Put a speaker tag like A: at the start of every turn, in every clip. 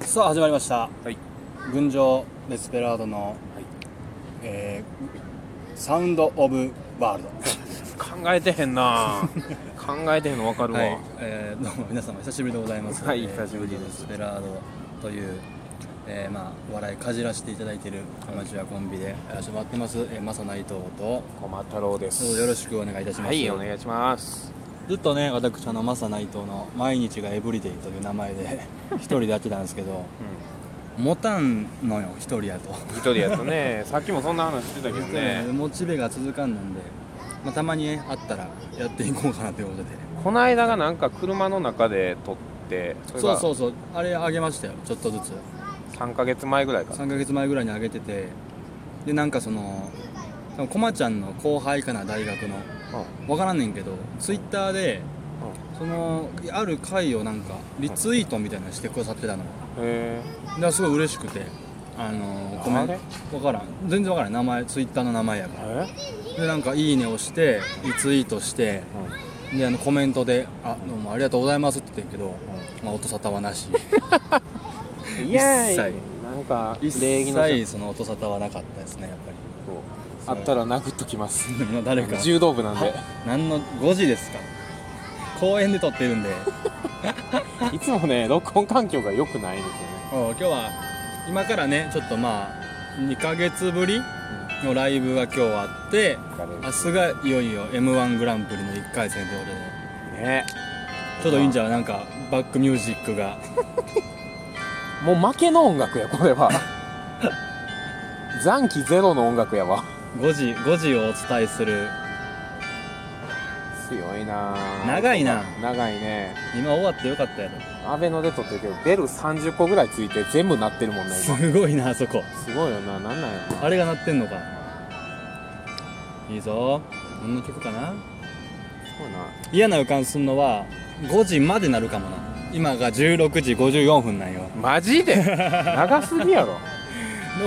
A: さあ始まりました
B: はい
A: 「群青デスペラードの」えーサウンド・オブ・ワール
B: 考えてへん な考えてへんの分か
A: ド」
B: るわ、
A: えーどうも皆様久しぶりでございます
B: はい
A: えー
B: 久しぶりです
A: 群青デスペラードという、えーまあ、お笑いかじらしていただいているアマチュアコンビでやらせてもらってます、えー、マサナイトウと
B: 小松太郎で
A: どうぞ
B: す
A: よろしくお願いいたします、
B: はいお願いします
A: ずっとね私あのマサナイトウの「毎日がエブリデイ」という名前 で一人でやってたんですけど持たんのよ一人やと
B: 一人やと ねさっきもそんな話してたけどね
A: モチベが続かんなんで、まあ、たまにねあったらやっていこうかなということで
B: この間がなんか車の中で撮ってそれ
A: そう
B: が
A: そうそうあれあげましたよちょっとずつ
B: 3か月前ぐらいかな
A: 3ヶ月前ぐらいにあげててでなんかその多分こまちゃんの後輩かな大学のわからんねんけどツイッターでそのある回をなんかリツイートみたいなのしてくださってたのよ
B: うんへ
A: だからすごい嬉しくてあのコメン
B: あれ
A: トわからん全然わからん名前ツイッターの名前やか
B: え
A: らでなんか「いいね」をしてリツイートしてであのコメントで「あどうもありがとうございます」って言ってんけど、まあ、音沙汰はなし
B: いや
A: 一切
B: なんか
A: 一
B: 礼儀の
A: 切その音沙汰はなかったですねやっぱり
B: あったら殴っときます
A: まあ 誰か
B: 柔道部なんで
A: 何の5時ですか公園で撮ってるん で
B: いつもね録音環境が良くないんですよ
A: おう今日は今からねちょっとまあ2ヶ月ぶりのライブが今日あって明日がいよいよ m 1グランプリの1回戦ということで
B: ねね
A: ちょっといいんじゃないなんかバックミュージックが
B: もう負けの音楽やこれは残機ゼロの音楽やわ
A: 5時5時をお伝えする
B: 強いなぁ
A: 長いな
B: 長いね
A: 今終わってよかったやろ
B: アベノで撮ってるけどベル30個ぐらいついて全部鳴ってるもんね今
A: すごいなあそこ
B: すごいよななんなんやろな
A: あれが鳴ってんのかいいぞ何の曲かな
B: すごいな
A: 嫌な予感すんのは5時までなるかもな今が16時54分なんよ
B: マジで長すぎやろ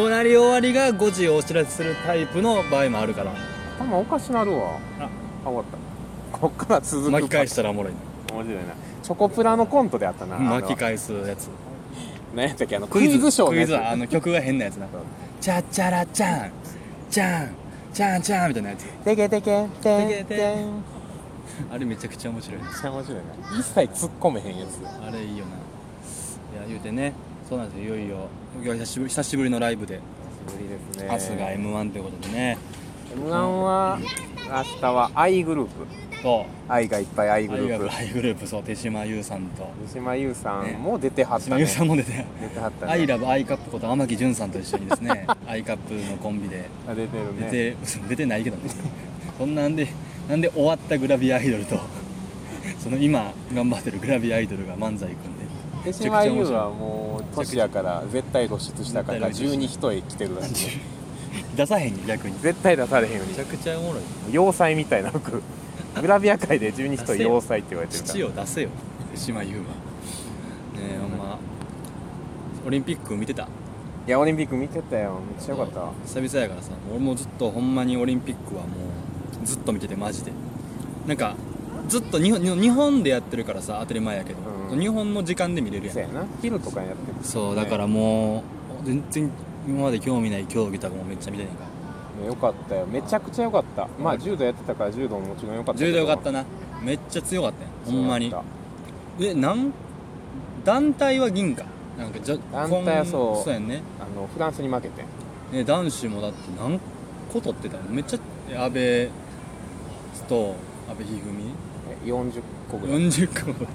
A: おなり終わりが5時をお知らせするタイプの場合もあるから
B: 頭おかしなるわ
A: あ
B: あ終わったこっから続く
A: 巻き返したらおもろい
B: 面白いなチョコプラのコントであったなあの
A: 巻き返すやつ
B: 何やったっけあのクイズショーの
A: クイ
B: や
A: ズ
B: つ
A: はあの曲が変なやつな
B: そう
A: チャチャラチャンチャンチャンチャンみたいなやつ
B: テケ
A: テ
B: テケテ
A: ケ
B: ン
A: テ
B: テ
A: ン
B: ン
A: あれめちゃくちゃ面白い
B: めっちゃ面白いな一切突っ込めへんやつ
A: あれいいよないや言うてねそうなんですよいよいよ今日は久しぶり久しぶりのライブで
B: 無理です
A: 明
B: ね
A: 日が m 1ということでね
B: M1 は明日は I グループ
A: そ
B: I がいっぱい I
A: う
B: グ
A: ア
B: ル
A: イ
B: ー
A: ブ
B: プ
A: ライグループそう手島優さんと
B: 三島優さんも出ては
A: 手
B: っ
A: 島
B: たね
A: 優
B: 出
A: さんも出て
B: てはった
A: アイ
B: ね
A: ラブアイカップこと天城潤さんと一緒にですね アイカップのコンビで
B: あ出てる
A: 出
B: ね
A: て、出てないけどねそんなんでなんで終わったグラビアアイドルと その今頑張ってるグラビアアイドルが漫才組んで
B: 手島優はもう年やから絶対露出したから12一重来てるらしい
A: 出さへんに逆に
B: 絶対出されへんよう
A: め
B: に
A: ちゃくちゃおもろい
B: 要塞みたいな服グラビア界で12一重要塞って言われてるか
A: 父を出せよ手島優はねえほんまオリンピック見てた
B: らいやオリンピック見てたよめっちゃよかったわ
A: 久々やからさ俺もずっとほんまにオリンピックはもうずっと見ててマジでなんかずっと日本日本でやってるからさ当たり前やけど、
B: うん
A: 日本の時間で見れるやん
B: そうやな昼とかにやってる
A: そうだからもう全然今まで興味ない競技とかもめっちゃ見てないか
B: ねよかったよめちゃくちゃよかったまあ柔道やってたから柔道ももちろんよかっ
A: ら
B: たけ
A: 柔
B: ど
A: 道よかったなめっちゃ強かったよほんまに
B: そうだっ
A: えなん団体は銀かなんかじゃ
B: 団体はそう
A: こんそうやんね
B: たあのフランスに負けて
A: ね男子もだって何個取ってたのめっちゃえ安倍と安倍一
B: え40個ぐらい
A: 二三40個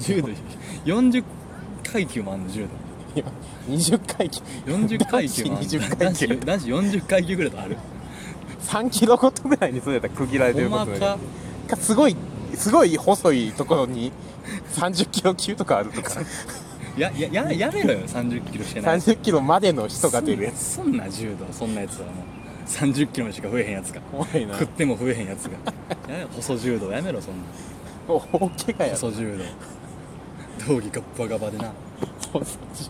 A: 柔道40階級もあんの柔
B: 20回忌
A: 道40階級もあんの
B: 男子20階級
A: 男子男子40階級ぐらいとある
B: 3キロごとぐらいにそれやったら区切られてること
A: 細
B: に
A: か
B: なるすごいすごい細いところに30キロ級とかあるとか
A: ややややめろよ30キロしかない
B: 30キロまでの人が出るやつ
A: そんそんな柔道そんなやつはもう30キロしか増えへんやつが
B: 怖いな
A: 食っても増えへんやつがやめろ細柔道やめろそんな
B: お大怪我やろ
A: 細柔道道着ガッパガバでな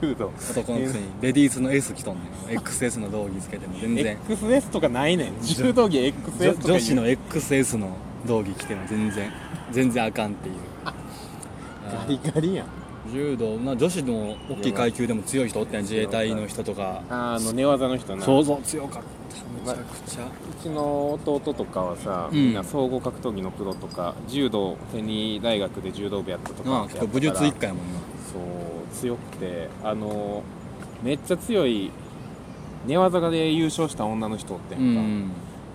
B: 柔道
A: 男のくせにレディースの S 着とんねん XS の道着つけても全然
B: XS とかないねん柔道着 XS とか
A: 女
B: 言う
A: 女子の XS の道着着ても全然全然あかんっていう
B: ガリガリやん
A: 柔道な女子の大きい階級でも強い人おってん自衛隊の人とか
B: あの寝技の人な
A: そうそう強かっためちゃくちゃ
B: うちの弟とかはさ、
A: うん
B: みんな総合格闘技のプロとか柔道フェニー大学で柔道部やったとか
A: なあ
B: やった
A: 結
B: から
A: 構武術一家やもんな
B: そう強くてあのめっちゃ強い寝技で優勝した女の人って
A: う
B: なんか、
A: ん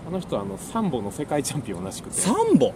B: あの人はあのサンボの世界チャンピオンらしくて
A: サンボ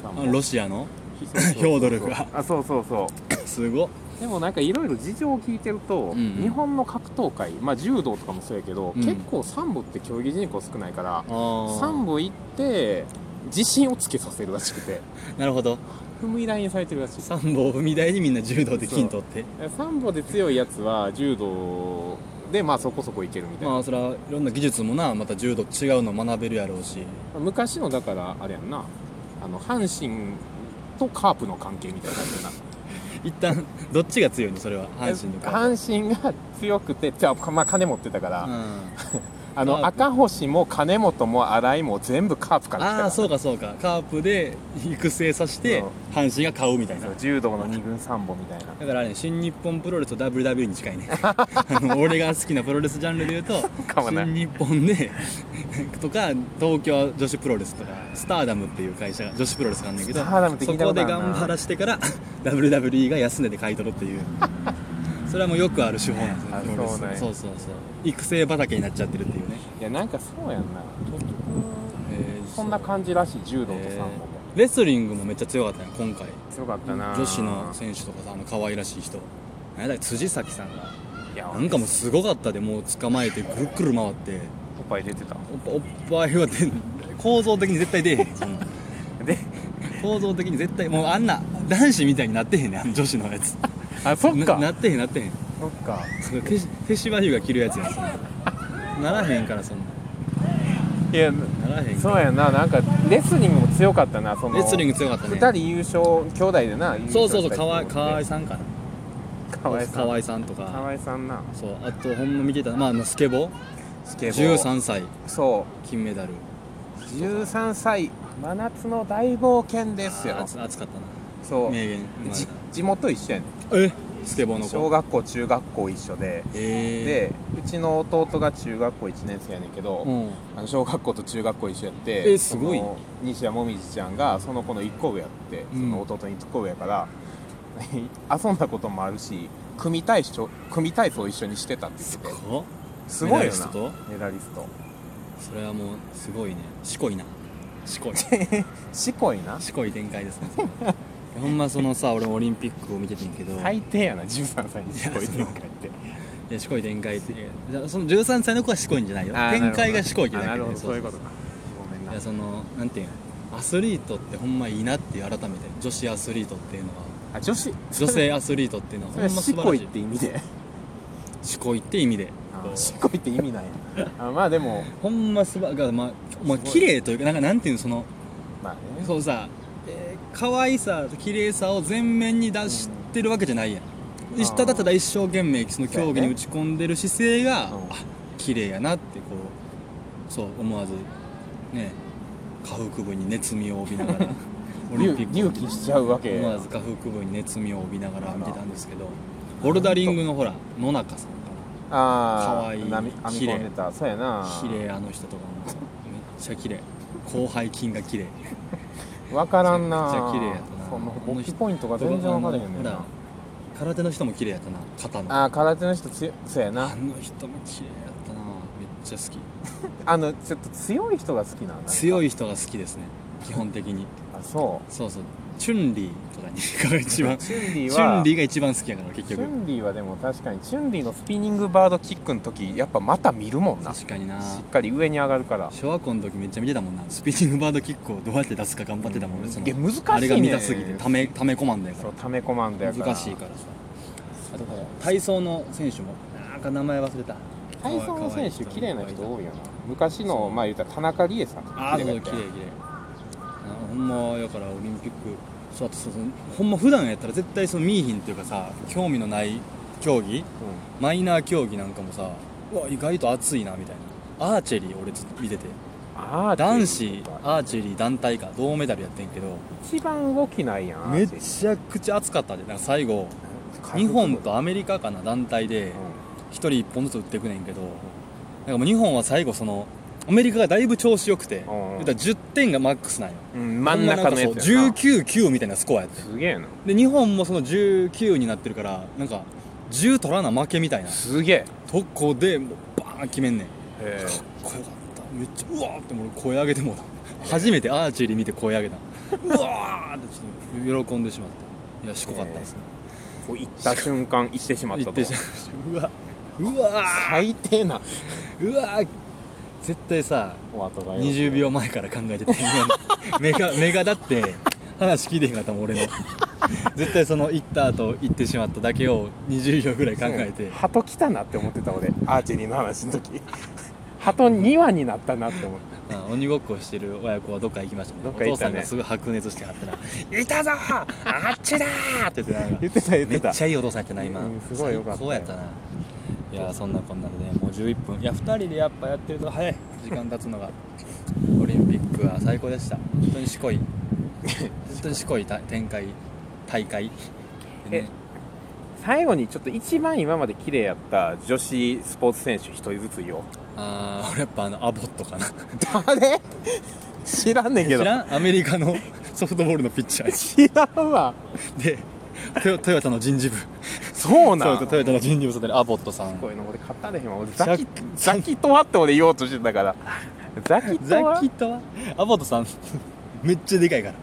B: サン
A: あロシアの
B: そうそうそう
A: ヒョードルフが
B: あそうそうそう
A: すごっ
B: でもなんかいろいろ事情を聞いてると、
A: うん
B: 日本の格闘界、まあ、柔道とかもそうやけど、
A: うん
B: 結構サンボって競技人口少ないから
A: あー
B: サンボ行って自信をつけさせるらしくて
A: なるほど
B: 踏み台にされてるらしい
A: サンボを踏み台にみんな柔道で金取って
B: サンボで強いやつは柔道でまあそこそこいけるみたいな、
A: まあそれはいろんな技術もなまた柔道違うの学べるやろうし
B: 昔のだからあれやんなあの阪神とカープの関係みたいな感じやな
A: 一旦どっちが強いのそれは阪神とか
B: 阪神が強くてじゃあ、まあ、金持ってたから、
A: うん
B: あ
A: カー
B: の
A: プ
B: 赤星も金本も新井も全部カープから来たか
A: あ
B: ら
A: あそうかそうかカープで育成させて
B: うん
A: 阪神が買うみたいな
B: そう柔道の二軍三本みたい な
A: だからね新日本プロレスと WWE に近 いねあの俺が好きなプロレスジャンルで言うと
B: かもね
A: 新日本で とか東京女子プロレスとかスターダムっていう会社が女子プロレスがあんねんけど
B: スターダムって聞いた
A: そこ
B: こ
A: と
B: あ
A: で
B: るな
A: 頑張らしてから WWE が安値で買い取るって いうそれはもうよくある手法なんですね
B: あ
A: プロレス
B: そうなんや
A: そうそうそう育成畑になっちゃってるっていうね、
B: いやなんかそうやんな結局
A: えー
B: そんな感じらしい柔道と三本も
A: えーレスリングもめっちゃ強かったよ今回
B: 強かったな
A: 女子の選手とかさあの可愛らしい人何だっけ辻崎さんが
B: いや
A: なんかもうすごかったでもう捕まえてぐるぐる回って
B: おっぱい出てた
A: おっぱおっぱいは出ん構造的に絶対出えへ んそんな
B: で
A: 構造的に絶対もうあんな男子みたいになってへんねんあの女子のやつ
B: あそっ
A: なな
B: か
A: ってへんなってへん
B: そっか
A: その手手芝生が着るやつやんそんなならへんからそん
B: いや
A: なならへんか
B: そうやんななんかレスリングも強かったなそ
A: ら
B: の
A: レスリン
B: グ
A: グ強かったね
B: 2人優勝兄弟でな
A: そうそうそう河合河合
B: さ
A: さんかなん
B: 河合さん
A: 河合さんとか
B: 河合さんな
A: そうあとほんま見てたまああのスケボー
B: スケボー
A: 13歳
B: そう
A: 金メダル
B: 13歳真夏の大冒険です
A: あ
B: よ
A: 熱熱かった
B: そ
A: な
B: う
A: 名言
B: じ地元一緒やね
A: えスケボーの子
B: 小学校中学校一緒で
A: え
B: でうちの弟が中学校1年生やねんけど、
A: ー、うん
B: あの小学校と中学校一緒やって
A: えすごい
B: その西田もみじちゃんがその子の1個上やってその弟に1個上やから、 遊んだこともあるし組体操組体操を一緒にしてたって言ってて
A: こ
B: すご
A: メ
B: いよな
A: ダリストと
B: メダリスト
A: それはもうすごいねしこいなし こい
B: しこいな
A: しこい展開ですねそれほんまそのさ俺もオリンピックを見ててんけど、い
B: 最低やな13歳にしこい
A: いや
B: 展開って
A: やしこい展開ってじゃあその13歳の子はしこいんじゃないよ
B: あー
A: 展開がしこいってだけ
B: な
A: で
B: るほどあなるほどそうい
A: そ
B: うこ
A: う
B: とかごめん
A: い
B: な
A: やそのなんていうんアスリートってほんまいいなっていう改めて女子アスリートっていうのは
B: あ女子
A: 女性アスリートっていうのは
B: そ
A: ほん
B: れ
A: ま
B: し
A: 素晴
B: こ
A: ら
B: い
A: し
B: って意味で
A: いしこいって意味でこう
B: しこいって意味なんやあまあでも
A: ほんま素晴らしいまあまあ
B: すごい
A: 綺麗というかなんかなんていうのその
B: まあね
A: そうさ、えー、可愛さ綺麗さを前面に出してるわけじゃないやん、
B: うん
A: 一ただただ一生懸命その競技に打ち込んでる姿勢が、
B: そうやねうん
A: あ綺麗やなってこうそう思わずね下腹部に熱みを帯びなが らオリンピック
B: 隆起しちゃうわけ
A: 思わず下腹部に熱みを帯びながら見てたんですけどボルダリングのほら野中さんか
B: あ
A: 可
B: あ
A: 愛い
B: 編み編み込んでたそうやな
A: な綺麗あの人とかもめっちゃ綺麗後背筋が綺麗
B: 分からんな
A: めっちゃ綺麗やったな
B: そのボキポイントが全然分からへんねん
A: ほ
B: な
A: ら空手の人も綺麗やったな肩の
B: ああ空手の人強いそうや
A: あ
B: な
A: の人も綺麗やったなめっちゃ好き
B: あのちょっと強い人が好きなんだ
A: 強
B: い
A: い人が好きですね基本的に
B: あそ
A: そうそうチュンリーとかにが一番
B: う
A: チ
B: チュンリー
A: ュン
B: は
A: リー
B: チ
A: が一番好きやから結
B: ュ
A: 局
B: ンリーはでも確かにチュンリーのスピニングバードキックの時やっぱまた見るもんなし
A: 確かにな
B: っかり上に上がるから
A: 小学校の時めっちゃ見てたもんなスピーディングバードキックをどうやって出すか頑張ってたもんねその
B: いや難しいね
A: あれが見たすぎてためため込まんだよ
B: そう溜め込まんだやから
A: 難しいからさあと体操の選手もなんか名前忘れた
B: 体操の選手
A: かわいい
B: 綺麗な人多いよな昔のまあ言ったら田中理恵さんと
A: あ
B: か
A: あそう綺
B: かっ
A: 麗
B: た
A: 綺
B: よ
A: 麗あほんまやからオリンピックそうあとそうそうほんま普段やったら絶対その見いひんっていうかさ興味のない競技マイナー競技なんかもさうわ意外と熱いなみたいなアーチェリー俺ずっと見てて
B: うんああ
A: 男子アーチェリー団体か銅メダルやってんけど
B: 一番動きないやん
A: めちゃくちゃ熱かったでなんか最後日本とアメリカかな団体で1人1本ずつ打っていくねんけどなんかもう日本は最後そのアメリカがだいぶ調子良くて、
B: うん
A: 言ったら10点がマックスなんよ
B: うん、うん、真ん中のやつやな
A: 19-9みたいなスコアやって
B: すげえな
A: で日本もその19になってるからなんか10取らな負けみたいな
B: すげえ
A: とこでもうバーン決めんねん
B: へ
A: かっこよかっためっちゃうわーって俺声上げてもうた初めてアーチェリー見て声上げたうわーってちょっと喜んでしまったいやしこかったですね
B: こう行った瞬間行ってしまっ
A: 行
B: た
A: っ
B: と
A: てしまったうわうわ
B: 最低な
A: ーうわー絶対さ
B: お後がよろしい
A: 20秒前から考えてた目が目がだって話聞いてへんかったもん俺の絶対その行った後行ってしまっただけを20秒ぐらい考えて
B: 鳩来たなって思ってた俺アーチェリーの話の時鳩2羽になったなって思って
A: あ鬼ごっこしてる親子はどっか行きましたね
B: どっか行
A: お
B: っ
A: 父さ
B: たね
A: んがすごい白熱してはってな「いたぞあっちだ!」って言ってなんか
B: 言ってた言って
A: め
B: た
A: っちゃいいお父さんやったな今、
B: うんすごいよかった
A: こうやったないやそんなこんなのでもう11分いや2人でやっぱやってると早い時間経つのがオリンピックは最高でした本当にしこい本当にしこいた展開大会でね
B: 最後にちょっと一番今まで綺麗やった女子スポーツ選手一人ずつ言おう
A: ああ俺やっぱあのアボットかな
B: 誰知らんねんけ
A: 知
B: ど
A: らんアメリカの ソフトボールのピッチャー
B: 知らんわ
A: でトヨトヨタの人事部
B: そうな
A: そ
B: ん
A: うトヨタの人事部外でアボットさん
B: こういうの俺勝ったで今俺
A: ザ
B: ザキザキとはって俺言おうとしてたからザキと
A: ザ
B: は
A: キとはアボットさんめっちゃでかいから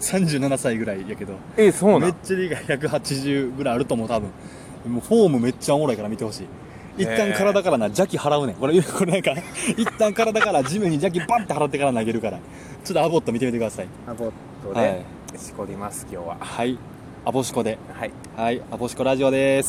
A: 37歳ぐらいやけど
B: えそうな
A: めっ
B: ん
A: ちゃでかい180ぐらいあると思う多分もうフォームめっちゃおもろいから見てほしい一
B: へ
A: 旦
B: ー
A: 体からな邪気払うねんこれこれなんか一旦体から地面に邪気バンって払ってから投げるからちょっとアボット見てみてください
B: アボット
A: はい
B: しこります今日は
A: はいアボシコで
B: はい
A: はいアボシコラジオです